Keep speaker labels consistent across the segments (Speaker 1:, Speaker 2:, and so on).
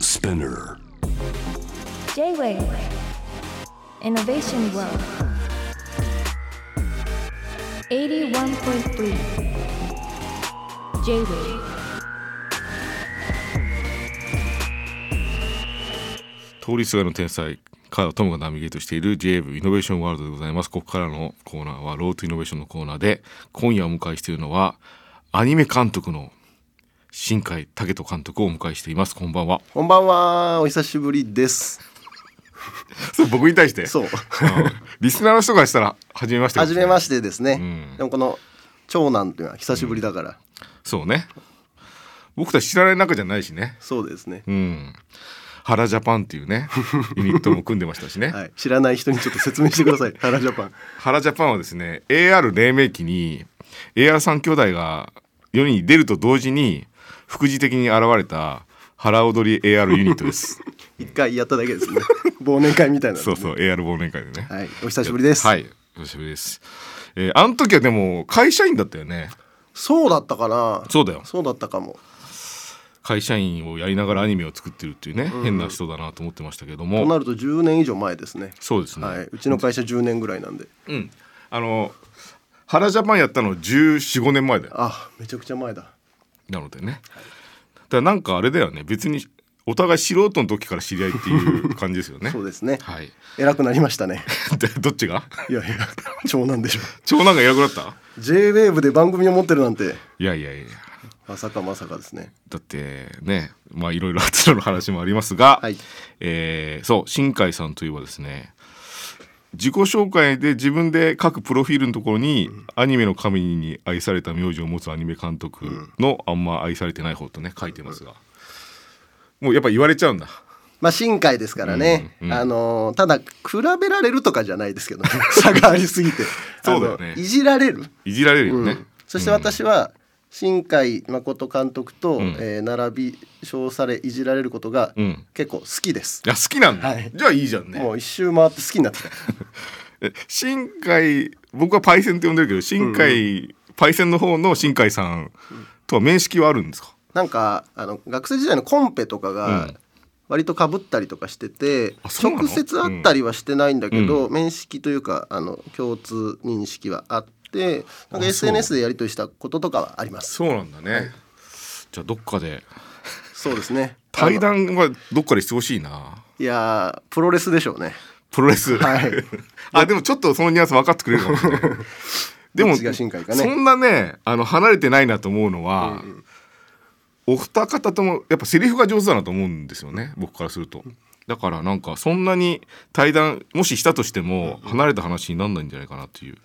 Speaker 1: Spinner.
Speaker 2: J-Wave Innovation World 81.3 J-Wave
Speaker 3: 通りすがりの天才カードトムがナビゲートしている JAV イノベーションワールドでございますここからのコーナーはロートイノベーションのコーナーで今夜お迎えしているのはアニメ監督の新海武人監督をお迎えしていますこんばんは
Speaker 4: こんばんは、お久しぶり です。
Speaker 3: それ僕に対して
Speaker 4: そう、
Speaker 3: うんリスナーの人がしたら初めまして
Speaker 4: 初めましててですね。
Speaker 3: うん
Speaker 4: でもこの長男っていうのは久しぶりだから、
Speaker 3: そうね僕たち知らない仲じゃないしね
Speaker 4: そうですね。
Speaker 3: うん原ジャパンっていうねユニットも組んでましたしね、
Speaker 4: はい、知らない人にちょっと説明してくだ さい。原ジャパン。
Speaker 3: 原ジャパンはですね AR 黎明期に AR3 兄弟が世に出ると同時に副次的に現れた腹踊り AR ユニットです
Speaker 4: 一回やっただけですね。忘年会みたいな、
Speaker 3: そうそう AR 忘年会でね、
Speaker 4: はい、お久しぶりです。
Speaker 3: はいお久しぶりですえーあの時はでも会社員だったよね
Speaker 4: そうだったかな。
Speaker 3: そうだよ
Speaker 4: そうだったかも。
Speaker 3: 会社員をやりながらアニメを作ってるっていうね、変な人だなと思ってましたけど
Speaker 4: と
Speaker 3: も
Speaker 4: なると10年以上前ですね。
Speaker 3: そうですね、
Speaker 4: はい、うちの会社10年ぐらいなんで。
Speaker 3: うんあの原ジャパンやったの1415年前だよ
Speaker 4: あ、めちゃくちゃ前だ。
Speaker 3: なのでね。だからなんかあれだよね別にお互い素人の時から知り合いっていう感じですよね。
Speaker 4: そうですね。
Speaker 3: はい。
Speaker 4: 偉くなりましたね。
Speaker 3: でどっちが
Speaker 4: いやいや、長男でしょ。
Speaker 3: 長男が偉くなった
Speaker 4: J-WAVE で番組を持ってるなんて、
Speaker 3: いやいやいや
Speaker 4: まさかまさかですね。
Speaker 3: だってねまあいろいろあったの話もありますが、
Speaker 4: はい
Speaker 3: えーそう新海さんといえばですね自己紹介で自分で書くプロフィールのところに、アニメの神に愛された名字を持つアニメ監督の、あんま愛されてない方とね書いてますが、もうやっぱ言われちゃうんだ
Speaker 4: まあ、深海ですからね、
Speaker 3: うんうん
Speaker 4: あのーただ比べられるとかじゃないですけどね 差がありすぎて
Speaker 3: そうだよね
Speaker 4: あのいじられる、
Speaker 3: いじられるよね、
Speaker 4: うんそして私は新海誠監督と、
Speaker 3: ん
Speaker 4: えー並び称されいじられることが
Speaker 3: うん
Speaker 4: 結構好きです
Speaker 3: い、や好きなんだ、
Speaker 4: はい
Speaker 3: じゃあいいじゃんね
Speaker 4: もう一周回って好きになってきた
Speaker 3: え新海僕はパイセンって呼んでるけど新海、パイセンの方の新海さんとは面識はあるんですか
Speaker 4: なんかあの学生時代のコンペとか
Speaker 3: う
Speaker 4: が
Speaker 3: ん
Speaker 4: 割とかぶったりとかしてて、
Speaker 3: あそうなの
Speaker 4: 直接会ったりはしてないんだけど、面識というかあの共通認識はあってなんか
Speaker 3: あ
Speaker 4: SNS でやり取りしたこととかはあります。
Speaker 3: そうなんだね、じゃあどっかで
Speaker 4: そうですね。
Speaker 3: 対談はどっかでしてほしいない
Speaker 4: やープロレスでしょうね。
Speaker 3: プロレス、
Speaker 4: はい
Speaker 3: あでもちょっとそのニュアンス分かってくれるかもし れないで
Speaker 4: ど
Speaker 3: も
Speaker 4: っちが新海かね
Speaker 3: そんなねあの離れてないなと思うのは、お二方ともやっぱセリフが上手だなと思うんですよね僕からするとだからなんかそんなに対談もししたとしても離れた話にならないんじゃないかなという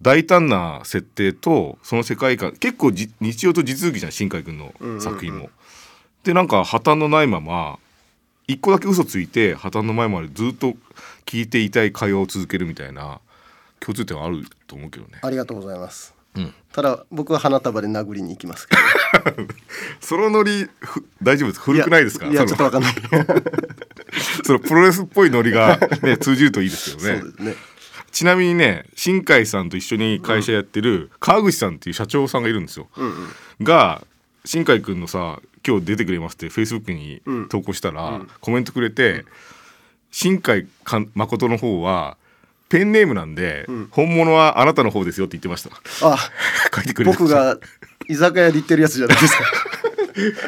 Speaker 3: 大胆な設定とその世界観結構じ日常と地続きじゃん新海君の作品も。でなんか破綻のないまま一個だけ嘘ついて破綻の前までずっと聞いていたい会話を続けるみたいな共通点はあると思うけどね。
Speaker 4: ありがとうございます。
Speaker 3: うん
Speaker 4: ただ僕は花束で殴りに行きますけど。
Speaker 3: そのノリふ大丈夫です 古くないですか
Speaker 4: いやいやちょ
Speaker 3: そ
Speaker 4: っと
Speaker 3: の
Speaker 4: わかんない。
Speaker 3: そのプロレスっぽいノリが、ね、通じるといいですけど
Speaker 4: そう
Speaker 3: ね
Speaker 4: ですね。
Speaker 3: ちなみにね新海さんと一緒に会社やってる川口さんっていう社長さんがいるんですよ、が新海君のさ「今日出てくれます」ってフェイスブックに投稿したら、コメントくれて、新海かん誠の方はペンネームなんで、本物はあなたの方ですよって言ってました
Speaker 4: あ、
Speaker 3: 書いてくれてた
Speaker 4: 僕が居酒屋で言ってるやつじゃない ですか。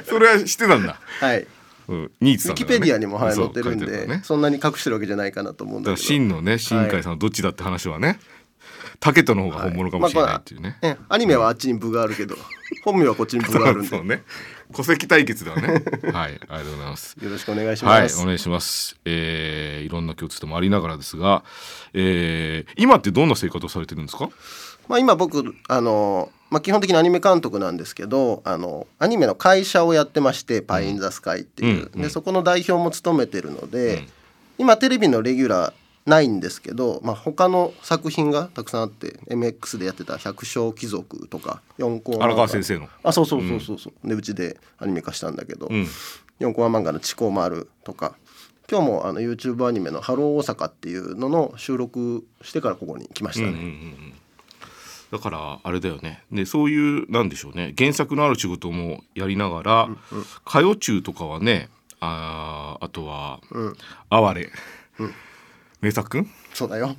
Speaker 3: それは知ってたんだ、
Speaker 4: はい。
Speaker 3: うん、ニーツさ
Speaker 4: ウィ
Speaker 3: ん
Speaker 4: キ
Speaker 3: だ
Speaker 4: ペ
Speaker 3: からね
Speaker 4: ディアにも、はい、
Speaker 3: そ
Speaker 4: 載
Speaker 3: う
Speaker 4: ってるん
Speaker 3: 書いから
Speaker 4: で、
Speaker 3: ね
Speaker 4: そんなに隠してるわけじゃないかなと思うん
Speaker 3: だから
Speaker 4: だけど。
Speaker 3: 真のね新海さんはどっちだって話はね、タケトの方が本物かもしれないっていうね。
Speaker 4: ね、アニメはあっちに部があるけど、本名はこっちに部があるんで、
Speaker 3: そう
Speaker 4: よ
Speaker 3: ね。戸籍対決 だね。はい、ありがとうございます。
Speaker 4: ろしくお願いし
Speaker 3: はい
Speaker 4: ま、
Speaker 3: お
Speaker 4: す。
Speaker 3: 願いします。えー、いろんな共通点もありながらですが、えー、今ってどんな生活をされてるんですか？
Speaker 4: まあ今僕あの。まあ基本的にアニメ監督なんですけどあのアニメの会社をやってまして「パイ・イン・ザ・スカイ」っていう、
Speaker 3: うんうん
Speaker 4: でそこの代表も務めてるので、
Speaker 3: うん
Speaker 4: 今テレビのレギュラーないんですけど、まあ、他の作品がたくさんあって MX でやってた「百姓貴族」とか「四コー
Speaker 3: 荒川先生の
Speaker 4: あそうそうそうそうそう、でうちでアニメ化したんだけど、
Speaker 3: うん。
Speaker 4: 4コマ漫画の「チコ丸」とか今日もあの YouTube アニメの「ハロー大阪」っていうのの収録してからここに来ました
Speaker 3: うんうんう
Speaker 4: ね。
Speaker 3: んだからあれだよね。で、そういうなんでしょうね。原作のある仕事もやりながら、歌謡中とかはね、あーあとは
Speaker 4: うん
Speaker 3: 「哀れ」名作
Speaker 4: そうだよ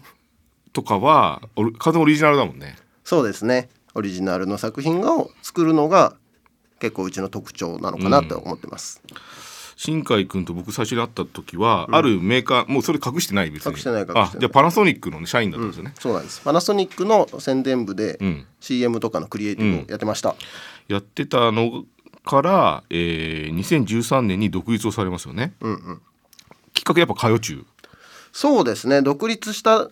Speaker 3: とかはオリ完全オリジナルだもんね。
Speaker 4: そうですねオリジナルの作品を作るのが結構うちの特徴なのかなと思ってます、
Speaker 3: 新海君と僕最初に会った時は、あるメーカーもうそれ隠してない別に
Speaker 4: 隠してない隠してない
Speaker 3: あじゃあパナソニックのね、社員だったんですよね、
Speaker 4: そうなんですパナソニックの宣伝部で
Speaker 3: うん
Speaker 4: CM とかのクリエイティブをやってました、
Speaker 3: やってたのから、えー2013年に独立をされますよね
Speaker 4: うんうん、
Speaker 3: きっかけやっぱ歌謡中
Speaker 4: そうですね独立した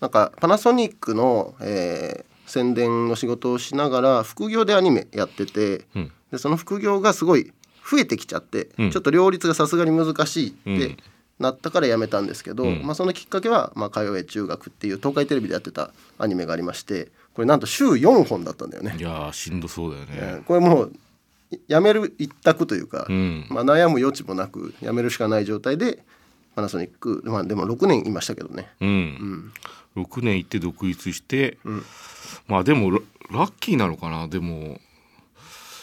Speaker 4: なんかパナソニックの、えー宣伝の仕事をしながら副業でアニメやってて、
Speaker 3: うん
Speaker 4: でその副業がすごい増えてきちゃって、
Speaker 3: うん
Speaker 4: ちょっと両立がさすがに難しいって、
Speaker 3: うん
Speaker 4: なったから辞めたんですけど、
Speaker 3: うん
Speaker 4: まあ、そのきっかけは「まあ、通え中学」っていう東海テレビでやってたアニメがありましてこれなんと週4本だったんだよね
Speaker 3: い。やーしんどそうだよね、
Speaker 4: えーこれもういやめる一択というか、
Speaker 3: うん
Speaker 4: まあ、悩む余地もなくやめるしかない状態でパナソニック、まあ、でも6年いましたけどね
Speaker 3: うん、6年行って独立して、まあでもララッキーなのかなでも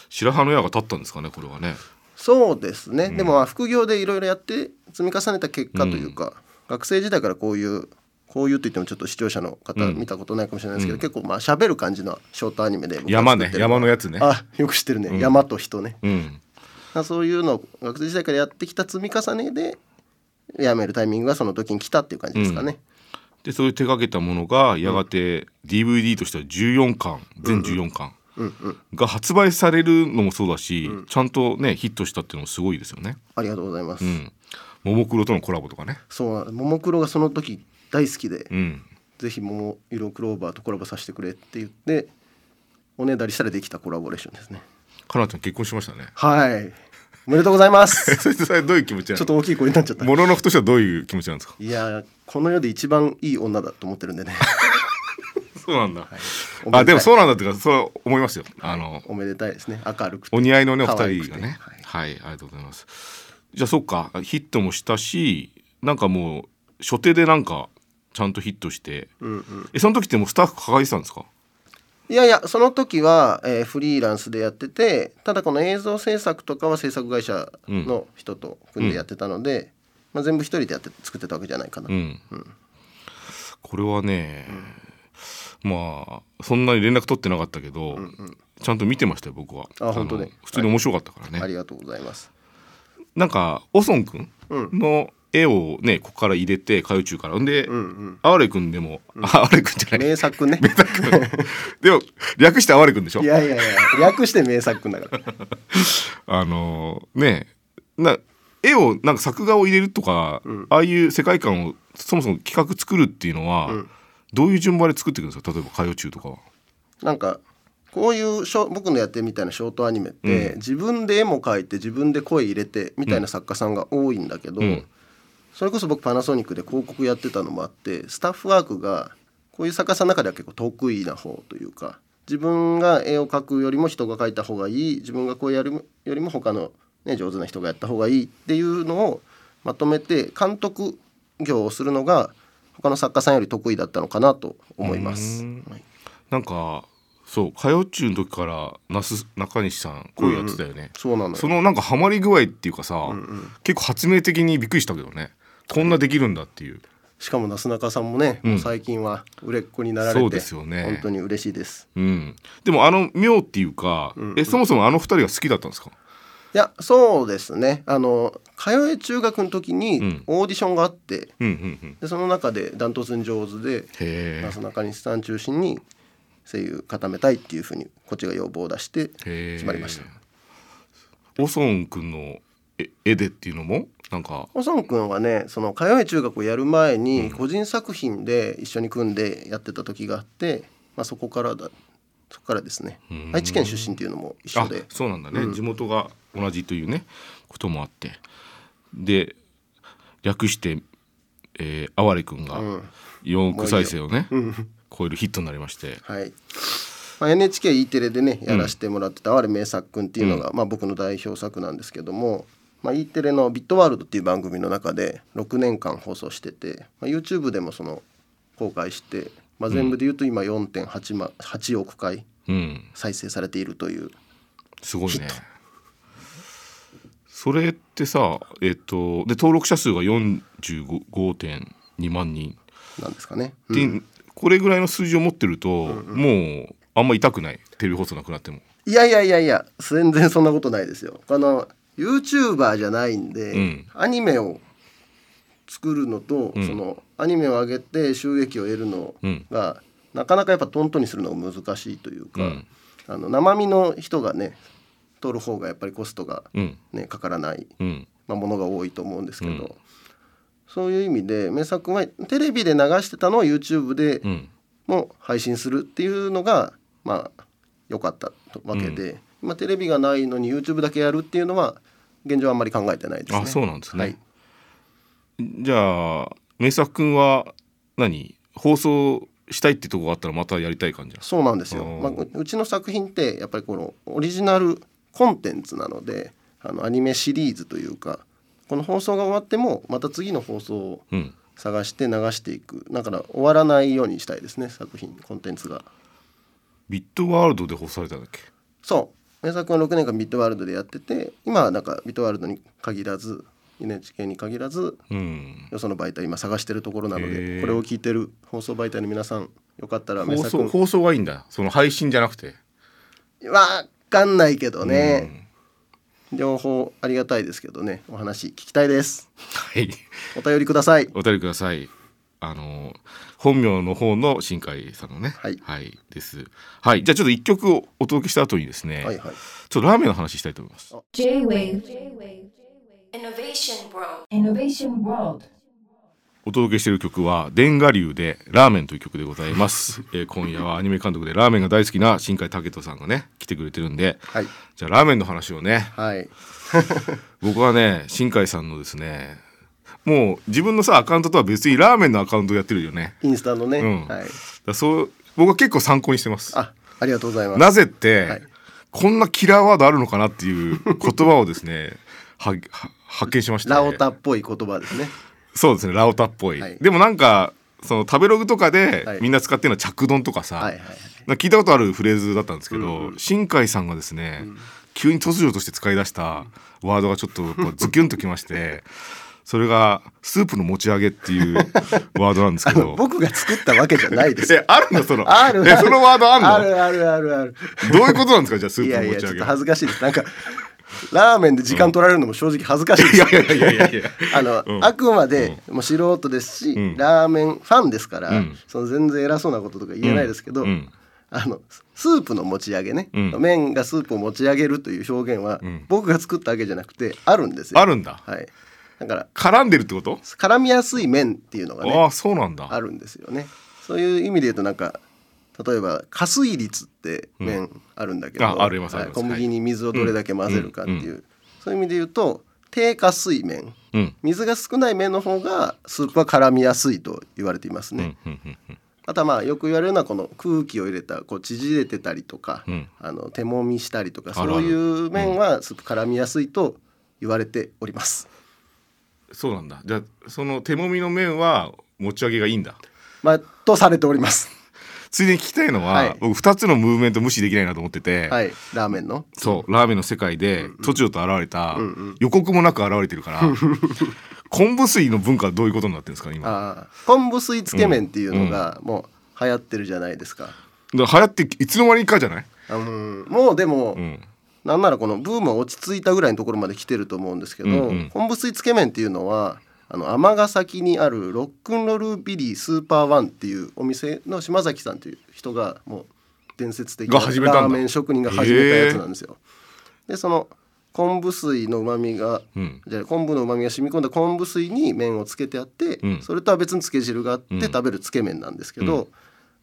Speaker 3: 白羽の矢が立ったんですかねこれはね
Speaker 4: そうですね、でもまあ副業でいろいろやって積み重ねた結果というか、学生時代からこういうこういうと言ってもちょっと視聴者の方見たことないかもしれないですけど、結構まあ喋る感じのショートアニメで僕が
Speaker 3: 山
Speaker 4: 作
Speaker 3: ね
Speaker 4: ってる
Speaker 3: 山のやつね
Speaker 4: あよく知ってるね、山と人ね
Speaker 3: うん
Speaker 4: まあそういうのを学生時代からやってきた積み重ねで辞めるタイミングがその時に来たっていう感じですかね、
Speaker 3: でそういう手掛けたものがやがて DVD としては14巻全14巻が発売されるのもそうだし、ちゃんとねヒットしたっていうのもすごいですよね。
Speaker 4: ありがとうございます、
Speaker 3: うん、ももクロとのコラボとかね。
Speaker 4: そうももクロがその時大好きで、
Speaker 3: うん、
Speaker 4: ぜひ「ももいろクローバー」とコラボさせてくれって言っておねだりしたらできたコラボレーションですね
Speaker 3: かなちゃん結婚しましたね。
Speaker 4: はいおめでとうございます
Speaker 3: それそれどういう気持ちな
Speaker 4: ちょ
Speaker 3: の？
Speaker 4: っと大きい声になっちゃった
Speaker 3: もののふとしてはどういう気持ちなんですか？
Speaker 4: いやーこの世で一番いい女だと思ってるんでね
Speaker 3: そうなんだ。
Speaker 4: おめでたい
Speaker 3: あでもそうなんだっていうかそう思いますよ。あの
Speaker 4: おめでたいですね明るくて
Speaker 3: お似合いのねお
Speaker 4: 可愛
Speaker 3: 二
Speaker 4: くて
Speaker 3: 人がね
Speaker 4: はい
Speaker 3: はい、ありがとうございますじゃあそっかヒットもしたしなんかもう初手でなんかちゃんとヒットして、えその時ってもうスタッフ抱えてたんですか
Speaker 4: いやいやその時は、えーフリーランスでやっててただこの映像制作とかは制作会社の人と組んでやってたので、まあ、全部一人でやって作ってたわけじゃないかな、
Speaker 3: うん、これはね、まあそんなに連絡取ってなかったけど、ちゃんと見てましたよ僕は
Speaker 4: あ本当ね
Speaker 3: の普通に面白かったからね、
Speaker 4: ありがとうございます
Speaker 3: なんかオソン君の絵をねここから入れて歌謡中からんで、アワレ君でも、アワレ君じゃない
Speaker 4: 名作ね
Speaker 3: でも略して哀れくんでしょ
Speaker 4: いやいやいや略して名作君だから
Speaker 3: あのーねえな絵をなんか作画を入れるとか、ああいう世界観をそもそも企画作るっていうのは、どういう順番で作っていくんですか例えば歌謡中とかは。
Speaker 4: なんかこういうショ僕のやってるみたいなショートアニメって、自分で絵も描いて自分で声入れてみたいな作家さんが多いんだけど、
Speaker 3: ん
Speaker 4: それこそ僕パナソニックで広告やってたのもあってスタッフワークがこういう作家さんの中では結構得意な方というか自分が絵を描くよりも人が描いた方がいい自分がこうやるよりも他の、ね、上手な人がやった方がいいっていうのをまとめて監督業をするのが他の作家さんより得意だったのかなと思います。はい
Speaker 3: なんかそう歌謡中の時から那須中西さん声やってたよね、
Speaker 4: そうなのよ
Speaker 3: そのなんかハマり具合っていうかさ、結構発明的にびっくりしたけどねこんなできるんだっていう。
Speaker 4: しかもなすなかさんもね、
Speaker 3: うん
Speaker 4: 最近は売れっ子になられて
Speaker 3: そうですよね
Speaker 4: 本当に嬉しいです
Speaker 3: うん、でもあの妙っていうか、えそもそもあの二人が好きだったんですか
Speaker 4: いやそうですねあの通え中学の時
Speaker 3: ん
Speaker 4: にオーディションがあって、
Speaker 3: うんうんうん、
Speaker 4: でその中でダントツに上手で
Speaker 3: へ
Speaker 4: な
Speaker 3: え
Speaker 4: すなかにさん中心に声優固めたいっていうふうにこっちが要望を出して
Speaker 3: へー
Speaker 4: 決まりました
Speaker 3: オソン君の絵絵でっていうのもなんか
Speaker 4: 細野君はねその通え中学をやる前に個人作品で一緒に組んでやってた時があって、まあ、そこからだそこからですね
Speaker 3: ん
Speaker 4: 愛知県出身っていうのも一緒
Speaker 3: あ
Speaker 4: で
Speaker 3: そうなんだね、地元が同じというねこともあってで略して、えー、哀れ君が4億再生をね、超えるヒットになりまして
Speaker 4: はい。まあ、NHKE テレでねやらせてもらってた「あれ名作くん」っていうのが、まあ、僕の代表作なんですけども、まあ、E テレの「ビットワールド」っていう番組の中で6年間放送してて、まあ、YouTube でもその公開して、まあ、全部で言うと今4.8万8億回
Speaker 3: うん
Speaker 4: 再生されているという
Speaker 3: すごいねそれっってさえっ、とで登録者数が45.2万人
Speaker 4: なんですかね、うん
Speaker 3: で、これぐらいの数字を持ってると、もうあんま痛くないテレビ放送なくなっても
Speaker 4: いやいやいやいや全然そんなことないですよあの YouTuber じゃないんで、
Speaker 3: うん
Speaker 4: アニメを作るのと、
Speaker 3: ん
Speaker 4: そのアニメを上げて収益を得るの
Speaker 3: うん
Speaker 4: が、なかなかやっぱトントンにするのが難しいというか、
Speaker 3: うん
Speaker 4: あの生身の人がね取る方がやっぱりコストが、
Speaker 3: うん
Speaker 4: ね、かからない、
Speaker 3: うん
Speaker 4: まあ、ものが多いと思うんですけど、
Speaker 3: うん
Speaker 4: そういう意味で名作はテレビで流してたのを YouTube で、
Speaker 3: うん
Speaker 4: も配信するっていうのがまあ良かったわけで、今テレビがないのに YouTube だけやるっていうのは現状あんまり考えてないですね。
Speaker 3: あそうなんですね、
Speaker 4: はい
Speaker 3: じゃあ名作くんは何放送したいってとこがあったらまたやりたい感じなんです
Speaker 4: そうなんですよ、
Speaker 3: うん
Speaker 4: まあ、ううちの作品ってやっぱりこのオリジナルコンテンツなのであのアニメシリーズというかこの放送が終わってもまた次の放送を
Speaker 3: うん
Speaker 4: 探して流していくだから終わらないようにしたいですね作品コンテンツが。
Speaker 3: ビットワールドで放送されたんだっけ
Speaker 4: そう名作は6年間ビットワールドでやってて今はなんかビットワールドに限らず NHK に限らず
Speaker 3: うん
Speaker 4: よその媒体今探してるところなの
Speaker 3: へー
Speaker 4: でこれを聞いてる放送媒体の皆さんよかったら名
Speaker 3: 放
Speaker 4: 作
Speaker 3: 送放送がいいんだその配信じゃなくて
Speaker 4: わかんないけどね、両方ありがたいですけどねお話聞きたいです
Speaker 3: はい
Speaker 4: お便りください
Speaker 3: お便りくださいあの本名の方の新海さんのね
Speaker 4: はい
Speaker 3: ですはいじゃあちょっと一曲をお届けした後にですね、
Speaker 4: はいはい
Speaker 3: ちょっとラーメンの話したいと思います
Speaker 2: J-Wave Innovation World
Speaker 3: お届けしている曲は「電ガ流」で「ラーメン」という曲でござい ます、えー今夜はアニメ監督でラーメンが大好きな新海武人さんがね来てくれてるんで
Speaker 4: はい
Speaker 3: じゃあラーメンの話をね
Speaker 4: はい
Speaker 3: 僕はね新海さんのですねもう自分のさアカウントとは別にラーメンのアカウントやってるよね
Speaker 4: インスタのね、
Speaker 3: うん
Speaker 4: はい
Speaker 3: だからそう僕は結構参考にしてます
Speaker 4: あありがとうございます
Speaker 3: なぜって、
Speaker 4: はい
Speaker 3: こんなキラーワードあるのかなっていう言葉をですねはは発見しました、ね、
Speaker 4: ラオタっぽい言葉ですね
Speaker 3: そうですねラオタっぽい、
Speaker 4: はい
Speaker 3: でもなんかその食べログとかで
Speaker 4: はい
Speaker 3: みんな使ってるのは着丼とかさ、
Speaker 4: はいはいはい
Speaker 3: なんか聞いたことあるフレーズだったんですけど、新海さんがですね、急に突如として使い出したワードがちょっとやっぱズキュンときま してそれが「スープの持ち上げ」っていうワードなんですけど
Speaker 4: 僕が作ったわけじゃないです
Speaker 3: えあるのその
Speaker 4: ある
Speaker 3: え
Speaker 4: ある
Speaker 3: そのワードあんの
Speaker 4: あるあるあるある
Speaker 3: どういうことなんですかじゃあスー
Speaker 4: い
Speaker 3: プの
Speaker 4: や
Speaker 3: 持
Speaker 4: いや
Speaker 3: ち
Speaker 4: ちょ
Speaker 3: 上
Speaker 4: っ
Speaker 3: げ
Speaker 4: と恥ずかしいですなんかラーメンで時間取られるのも正直恥ずかしいで す、
Speaker 3: いやいやいやい やいや
Speaker 4: あの、
Speaker 3: うん
Speaker 4: あくまでもう素人ですし、
Speaker 3: ん
Speaker 4: ラーメンファンですから、
Speaker 3: うん
Speaker 4: その全然偉そうなこととか言えないですけど、
Speaker 3: うんうん
Speaker 4: あのスープの持ち上げね、
Speaker 3: うん
Speaker 4: 麺がスープを持ち上げるという表現は、
Speaker 3: ん
Speaker 4: 僕が作ったわけじゃなくてあるんですよ。
Speaker 3: あるんだ
Speaker 4: はい、だから
Speaker 3: 絡んでるってこと
Speaker 4: 絡みやすい麺っていうのがね
Speaker 3: ああそうなんだ
Speaker 4: あるんですよね。そういう意味で言うとなんか例えば加水率って麺あるんだけど、
Speaker 3: ああります
Speaker 4: はい
Speaker 3: あります
Speaker 4: 小麦に水をどれだけ混ぜるかっていう、
Speaker 3: うんう
Speaker 4: そういう意味で言うと低加水麺
Speaker 3: うん
Speaker 4: 水が少ない麺の方がスープは絡みやすいと言われています
Speaker 3: う
Speaker 4: ね。
Speaker 3: んうんうんうん
Speaker 4: あとはまあよく言われるのはこの空気を入れたこう縮れてたりとか、
Speaker 3: うん
Speaker 4: あの手もみしたりとか
Speaker 3: あるあ
Speaker 4: そう
Speaker 3: る
Speaker 4: いう麺はスープ絡みやすいと言われております。
Speaker 3: そうなんだじゃあその手もみの面は持ち上げがいいんだ
Speaker 4: まあ、とされております。
Speaker 3: ついでに聞きたいのは、
Speaker 4: はい
Speaker 3: 僕2つのムーブメント無視できないなと思ってて、
Speaker 4: はい、ラーメンの
Speaker 3: そうラーメンの世界で突如と現れた、予告もなく現れてるから 昆布水の文化はどういうことになってるんですか今
Speaker 4: あー昆布水つけ麺っていうのがもう流行ってるじゃないですか、
Speaker 3: だから流行っていつの間にかじゃない、
Speaker 4: あのーもうでも、
Speaker 3: うん、
Speaker 4: なんならこのブームは落ち着いたぐらいのところまで来てると思うんですけど、
Speaker 3: うんうん
Speaker 4: 昆布水つけ麺っていうのはあの尼崎にあるロックンロールビリースーパーワンっていうお店の島崎さんという人がもう伝説的な
Speaker 3: が始めたんだ
Speaker 4: ラーメン職人が始めたやつなんですよ。でその昆布水の旨味が、
Speaker 3: うん
Speaker 4: じゃあ昆布の旨味が染み込んだ昆布水に麺をつけてあって、
Speaker 3: うん
Speaker 4: それとは別につけ汁があって食べるつけ麺なんですけど、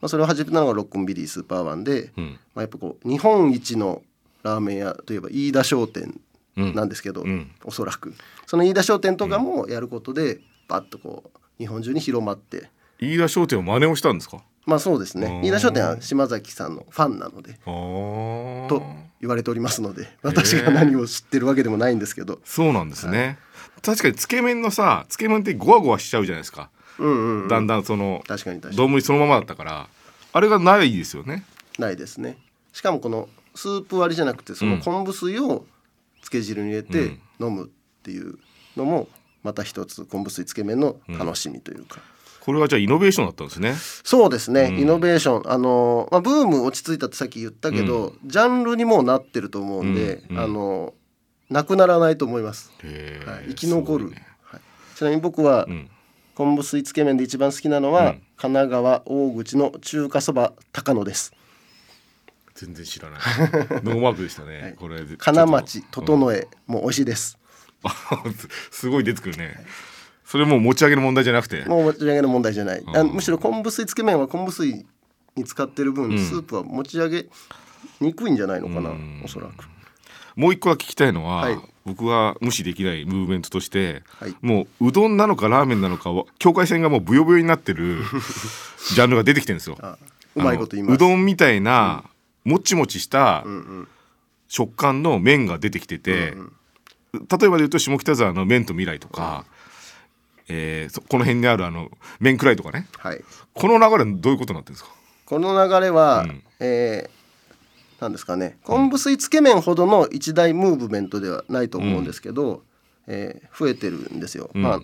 Speaker 4: まあ、それを始めたのがロックンビリースーパーワンで、
Speaker 3: うん
Speaker 4: まあ、やっぱこう日本一のラーメン屋といえば飯田商店
Speaker 3: うん
Speaker 4: なんですけど、
Speaker 3: うん
Speaker 4: おそらくその飯田商店とかもやることで、バッとこう日本中に広まって
Speaker 3: 飯田商店を真似をしたんですか
Speaker 4: まあそうですね
Speaker 3: うん
Speaker 4: 飯田商店は島崎さんのファンなので
Speaker 3: あー
Speaker 4: と言われておりますので私が何を知ってるわけでもないんですけど、
Speaker 3: そうなんですね、確かにつけ麺のさつけ麺ってゴワゴワしちゃうじゃないですか、
Speaker 4: うんうんうん
Speaker 3: だんだんその
Speaker 4: 確かに確かに
Speaker 3: 丼そのままだったからあれがないですよね
Speaker 4: ないですねしかもこのスープ割りじゃなくてその昆布水をつけ汁に入れて飲むっっていうのもまた一つ昆布水つけ麺の楽しみというか、
Speaker 3: これはじゃあイノベーションだったんですね。
Speaker 4: そうですね、
Speaker 3: うん
Speaker 4: イノベーションあの、まあ、ブーム落ち着いたってさっき言ったけど、ジャンルにもうなってると思うんで、
Speaker 3: うんうん
Speaker 4: あのなくならないと思います、
Speaker 3: へー
Speaker 4: はい、生き残
Speaker 3: すご
Speaker 4: る、
Speaker 3: いね
Speaker 4: はい、ちなみに僕は、
Speaker 3: うん
Speaker 4: 昆布水つけ麺で一番好きなのは、
Speaker 3: うん
Speaker 4: 神奈川大口の中華そば高野です
Speaker 3: 全然知らない。ノーマークでしたね。これで
Speaker 4: 金町
Speaker 3: ちょっと
Speaker 4: 整え、もう美味しいです
Speaker 3: あす すごい出てくるね。それもう持ち上げの問題じゃなくて。
Speaker 4: もう持ち上げの問題じゃない、あ
Speaker 3: うん
Speaker 4: むしろ昆布水つけ麺は昆布水に使ってる分、
Speaker 3: うん
Speaker 4: スープは持ち上げにくいんじゃないのかな、
Speaker 3: うん
Speaker 4: おそらく
Speaker 3: もう一個は聞きたいのは、
Speaker 4: はい
Speaker 3: 僕は無視できないムーブメントとして、
Speaker 4: はい
Speaker 3: もううどんなのかラーメンなのかは境界線がもうブヨブヨになって るジャンルが出てきてるんですよ。
Speaker 4: あうまいこと言いま
Speaker 3: あ
Speaker 4: す
Speaker 3: のうどんみたいな、もちもちした
Speaker 4: うんうん
Speaker 3: 食感の麺が出てきてて、例えばで言うと下北沢の麺と未来とか、えーそこの辺にあるあの麺くらいとかね
Speaker 4: はい
Speaker 3: この流れどういうことになってるんですか
Speaker 4: この流れは、
Speaker 3: うん
Speaker 4: えーなんですかね昆布水つけ麺ほどの一大ムーブメントではないと思うんですけど、えー増えてるんですよ。
Speaker 3: うん
Speaker 4: まあ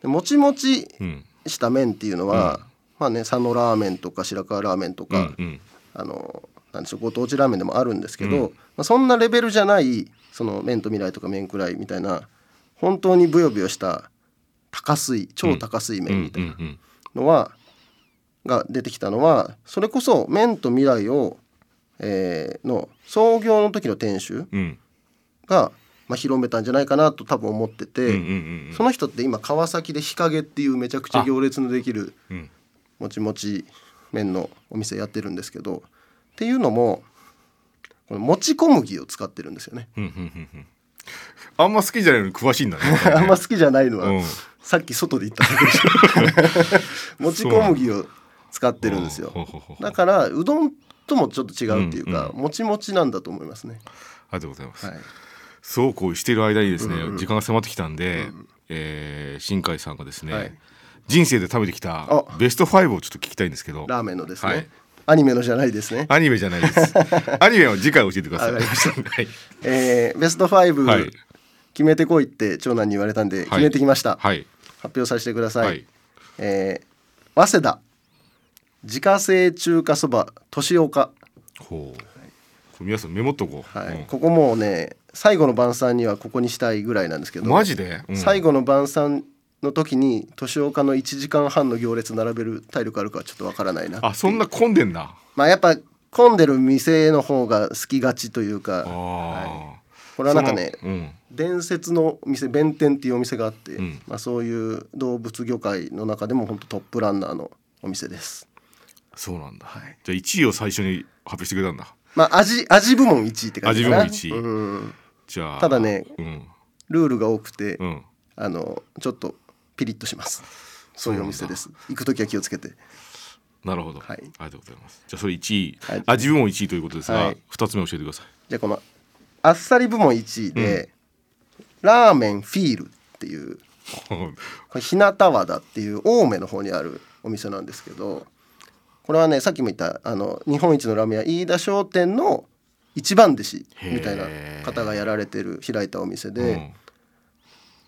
Speaker 4: でもちもち
Speaker 3: うん
Speaker 4: した麺っていうのは、まあね佐野ラーメンとか白河ラーメンと
Speaker 3: う
Speaker 4: か、
Speaker 3: んうん
Speaker 4: あのなんでしょうご当地ラーメンでもあるんですけど、
Speaker 3: うん
Speaker 4: まあ、そんなレベルじゃないその麺と未来とか麺くらいみたいな本当にブヨブヨした高水超高水
Speaker 3: うんう
Speaker 4: 麺みたいなんのはが出てきたのはそれこそ麺と未来を、えーの創業の時の店主
Speaker 3: うん
Speaker 4: が、まあ、広めたんじゃないかなと多分思ってて、
Speaker 3: うんうんうん
Speaker 4: その人って今川崎で日陰っていうめちゃくちゃ行列のできる
Speaker 3: うんうん
Speaker 4: もちもち麺のお店やってるんですけどっていうのもこのもち小麦を使ってるんですよね。
Speaker 3: うんうんうんうんあんま好きじゃないのに詳しいんだね。
Speaker 4: あんま好きじゃないのは、
Speaker 3: うん
Speaker 4: さっき外で言っただけでし ょもち小麦を使ってるんですよ
Speaker 3: ほうほうほうほう
Speaker 4: だからうどんともちょっと違うっていうか、
Speaker 3: うん
Speaker 4: もちもちなんだと思いますね、
Speaker 3: ありがとうございます。
Speaker 4: はい、
Speaker 3: そうこうしている間にですね、
Speaker 4: うんうん
Speaker 3: 時間が迫ってきたんで、えー新海さんがですね、
Speaker 4: はい
Speaker 3: 人生で食べてきた
Speaker 4: あ
Speaker 3: ベスト5をちょっと聞きたいんですけど、
Speaker 4: ラーメンのですね、
Speaker 3: はい
Speaker 4: アニメのじゃないですね、
Speaker 3: アニメじゃない です。アニメは次回教えてください。
Speaker 4: わかりまし
Speaker 3: はい。
Speaker 4: えーベスト5、
Speaker 3: はい
Speaker 4: 決めてこいって長男に言われたんで決めてきました、
Speaker 3: はい。
Speaker 4: 発表させてください、
Speaker 3: はい。
Speaker 4: えー早稲田自家製中華そば年岡、
Speaker 3: ほう。これ皆さんメモっとこう。
Speaker 4: はい
Speaker 3: うん
Speaker 4: ここもうね最後の晩餐にはここにしたいぐらいなんですけど
Speaker 3: マジで、うん
Speaker 4: 最後の晩餐の時に年岡の1時間半の行列並べる体力あるかはちょっとわからないな
Speaker 3: あ、そんな混んでんな。
Speaker 4: まあやっぱ混んでる店の方が好きがちというか、
Speaker 3: ああ、
Speaker 4: はこれはなんかね
Speaker 3: そのうん。
Speaker 4: 伝説のお店弁天っていうお店があって、
Speaker 3: うん
Speaker 4: まあ、そういう動物魚介の中でも本当トップランナーのお店です
Speaker 3: そうなんだ。
Speaker 4: はい
Speaker 3: じゃあ1位を最初に発表してくれたんだ。
Speaker 4: まあ味味部門1位って感じかな
Speaker 3: 味部門
Speaker 4: うん
Speaker 3: じゃあ。
Speaker 4: ただね
Speaker 3: うん。
Speaker 4: ルールが多くて、
Speaker 3: うん。
Speaker 4: あのちょっとピリッとしますそういうお店です行く時は気をつけて
Speaker 3: なるほど、
Speaker 4: はい
Speaker 3: ありがとうございます。じゃあそれ1位、
Speaker 4: はい
Speaker 3: あ自分も1位ということです
Speaker 4: は
Speaker 3: が
Speaker 4: い、
Speaker 3: 二、つ目教えてください。
Speaker 4: じゃあこのあっさり部門1位で、ラーメンフィールっていうこれ日向和田っていう青梅の方にあるお店なんですけどこれはねさっきも言ったあの日本一のラーメン屋飯田商店の一番弟子みたいな方がやられてる開いたお店で、
Speaker 3: うん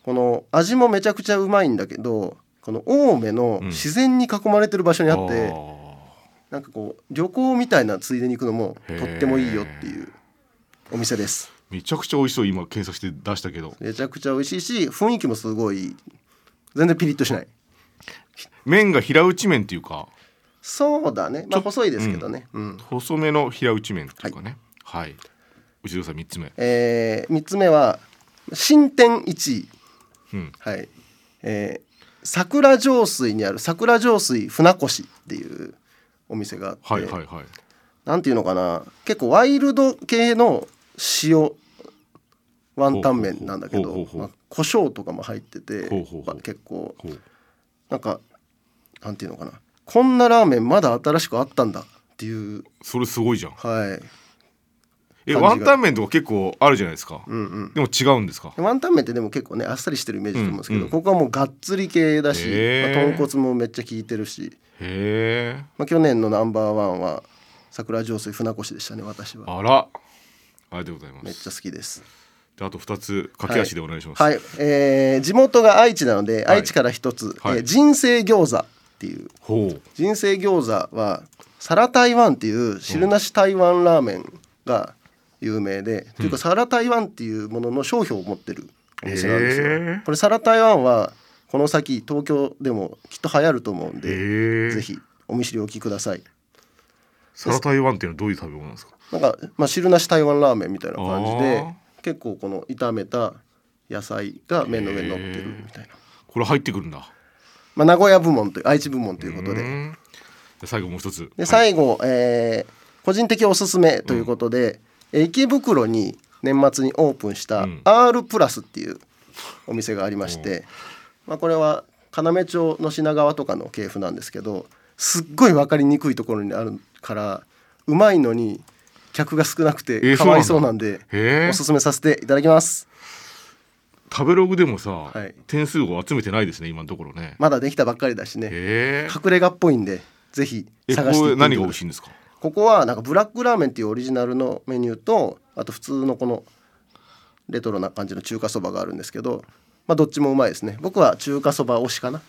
Speaker 4: この味もめちゃくちゃうまいんだけどこの青梅の自然に囲まれてる場所にあって、なんかこう旅行みたいなついでに行くのも
Speaker 3: へー
Speaker 4: とってもいいよっていうお店です。
Speaker 3: めちゃくちゃ美味しそう今検索して出したけど、
Speaker 4: めちゃくちゃ美味しいし雰囲気もすごい全然ピリッとしない
Speaker 3: 麺が平打ち麺っていうか、
Speaker 4: そうだねまあ細いですけどね、うん
Speaker 3: 細めの平打ち麺っていうかね。はい。内田さん三つ目。
Speaker 4: えー、3つ目は新店1位
Speaker 3: うん。
Speaker 4: はいえー桜上水にある桜上水船越っていうお店があって、
Speaker 3: はいはいはい。
Speaker 4: なんていうのかな結構ワイルド系の塩ワンタン麺なんだけ
Speaker 3: ほうほう
Speaker 4: ど
Speaker 3: ほう
Speaker 4: まあ胡椒とかも入ってて
Speaker 3: ほうほうほう
Speaker 4: 結構
Speaker 3: ほう。
Speaker 4: なんかなんていうのかなこんなラーメンまだ新しくあったんだっていう
Speaker 3: それすごいじゃん。
Speaker 4: はい
Speaker 3: え
Speaker 4: 感じが
Speaker 3: ワンタン麺とか結構あるじゃないですか。
Speaker 4: うんうん
Speaker 3: でも違うんですか。
Speaker 4: ワンタン麺ってでも結構ねあっさりしてるイメージだと思うんですけど、
Speaker 3: うんうん
Speaker 4: ここはもうがっつり系だし、
Speaker 3: へー
Speaker 4: まあ豚骨もめっちゃ効いてるし、
Speaker 3: へえ。
Speaker 4: まあ、去年のナンバーワンは桜上水船越でしたね私は
Speaker 3: あら。ありがとうございま
Speaker 4: めっ
Speaker 3: す。
Speaker 4: ちゃ好きです
Speaker 3: じあと二つ駆け足でお願いします。
Speaker 4: はい、えー地元が愛知なので、
Speaker 3: はい
Speaker 4: 愛知から一つ、
Speaker 3: はい
Speaker 4: えー人生餃子っていう
Speaker 3: ほう。
Speaker 4: 人生餃子は皿台湾っていう汁なし台湾ラーメンが有名で、というか皿台湾っていうものの商標を持ってるお店なんですよ、
Speaker 3: へー
Speaker 4: これ皿台湾はこの先東京でもきっと流行ると思うん
Speaker 3: え
Speaker 4: で、ぜひお見知りおきください
Speaker 3: サラ台湾っていうのはどういう食べ物なんですか。
Speaker 4: なんか、まあ、汁なし台湾ラーメンみたいな感じで
Speaker 3: あー
Speaker 4: 結構この炒めた野菜が麺の上に乗ってるみたいな、
Speaker 3: これ入ってくるんだ。
Speaker 4: まあ、名古屋部門という愛知部門ということ
Speaker 3: う
Speaker 4: で
Speaker 3: んで最後もう一つ。
Speaker 4: で最後、えー個人的おすすめということで、えー池袋に年末にオープンした
Speaker 3: うん
Speaker 4: R プラスっていうお店がありまして、まあ、これは要町の品川とかの系譜なんですけどすっごい分かりにくいところにあるからうまいのに客が少なく
Speaker 3: え
Speaker 4: て
Speaker 3: ー
Speaker 4: かわいそうなん
Speaker 3: そう
Speaker 4: で、
Speaker 3: なんだへー
Speaker 4: おすすめさせていただきます
Speaker 3: 食べログでもさ、
Speaker 4: い
Speaker 3: 点数を集めてないですね今のところね。
Speaker 4: まだできたばっかりだしね
Speaker 3: へえ。
Speaker 4: 隠れ家っぽいんでぜひ
Speaker 3: えこ
Speaker 4: 探してい
Speaker 3: れ
Speaker 4: ってみ
Speaker 3: 何
Speaker 4: てくださ
Speaker 3: が美味しいんですか。
Speaker 4: ここはなんかブラックラーメンっていうオリジナルのメニューとあと普通のこのレトロな感じの中華そばがあるんですけど、まあ、どっちもうまいですね僕は中華そば推しかな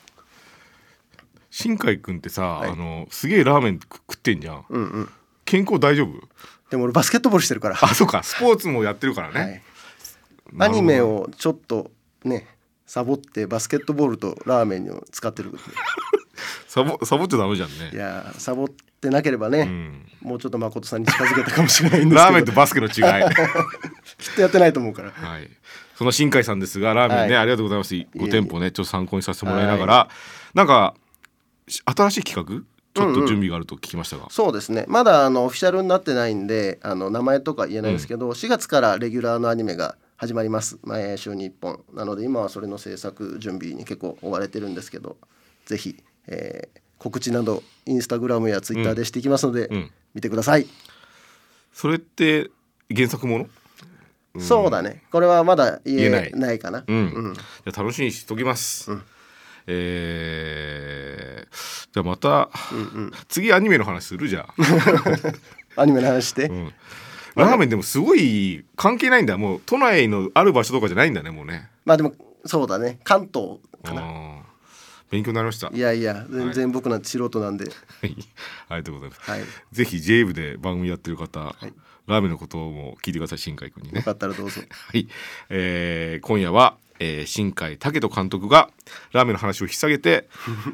Speaker 3: 新海くんってさ、
Speaker 4: い
Speaker 3: あのすげえラーメン食食ってんじゃん。
Speaker 4: うんうん
Speaker 3: 健康大丈夫？
Speaker 4: でも俺バスケットボールしてるから、
Speaker 3: あそうかスポーツもやってるからね。
Speaker 4: はい、
Speaker 3: な
Speaker 4: ア
Speaker 3: るほど
Speaker 4: ニメをちょっとねサボってバスケットボールとラーメンを使ってる
Speaker 3: サボサボっちゃダメじゃん
Speaker 4: い
Speaker 3: ね。
Speaker 4: やーサボってなければ
Speaker 3: う
Speaker 4: ね、
Speaker 3: ん。
Speaker 4: もうちょっと誠さんに近づけたかもしれないんですけど
Speaker 3: ラーメンとバスケの 違い。
Speaker 4: きっとやってないと思うから
Speaker 3: はい、その新海さんですがラーメンね、
Speaker 4: はい
Speaker 3: ありがとうございます
Speaker 4: えい
Speaker 3: 5
Speaker 4: え
Speaker 3: 店舗ねちょっと参考にさせてもらいながら、なんかし新しい企画ちょっと準備があると聞きましたが、
Speaker 4: そうですねまだあのオフィシャルになってないんであの名前とか言えないですけど、4月からレギュラーのアニメが始まります毎週に1本なので今はそれの制作準備に結構追われてるんですけどぜひ、えー告知などインスタグラムやツイッターでしていきますので、
Speaker 3: うんうん
Speaker 4: 見てください、
Speaker 3: それって原作もの、
Speaker 4: そうだねこれはまだ言
Speaker 3: 言え
Speaker 4: え
Speaker 3: ない
Speaker 4: ないかな
Speaker 3: うん
Speaker 4: うん
Speaker 3: じゃあ楽しみにしときます、えーじゃあまた、次アニメの話するじゃあ、
Speaker 4: アニメの話して、
Speaker 3: うんラーメンでもすごい関係ないんだもう都内のある場所とかじゃないんだねもうね
Speaker 4: まあでもそうだね関東かな
Speaker 3: あー勉強になりました
Speaker 4: いやいや全然僕なんて素人なんで、
Speaker 3: はいありがとうございます、
Speaker 4: はい、よ
Speaker 3: ぜひ j ブで番組やってる方、ラーメンのことも聞いてください新海君にね。
Speaker 4: かったらどうぞ
Speaker 3: はい、えー今夜は、えー新海武人監督がラーメンの話を引っ提げ て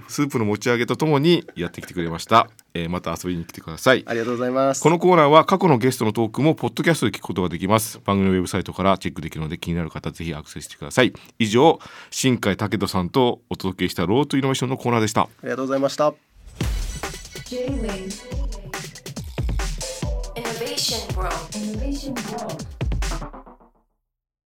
Speaker 3: スープの持ち上げとともにやってきてくれました、えーまた遊びに来てください
Speaker 4: ありがとうございます
Speaker 3: このコーナーは過去のゲストのトークもポッドキャストで聞くことができます番組のウェブサイトからチェックできるので気になる方ぜひアクセスしてください以上新海武人さんとお届けしたロートイノベーションのコーナーでした
Speaker 4: ありがとうございました。
Speaker 2: J-Wave
Speaker 1: Innovation World.
Speaker 2: Innovation World.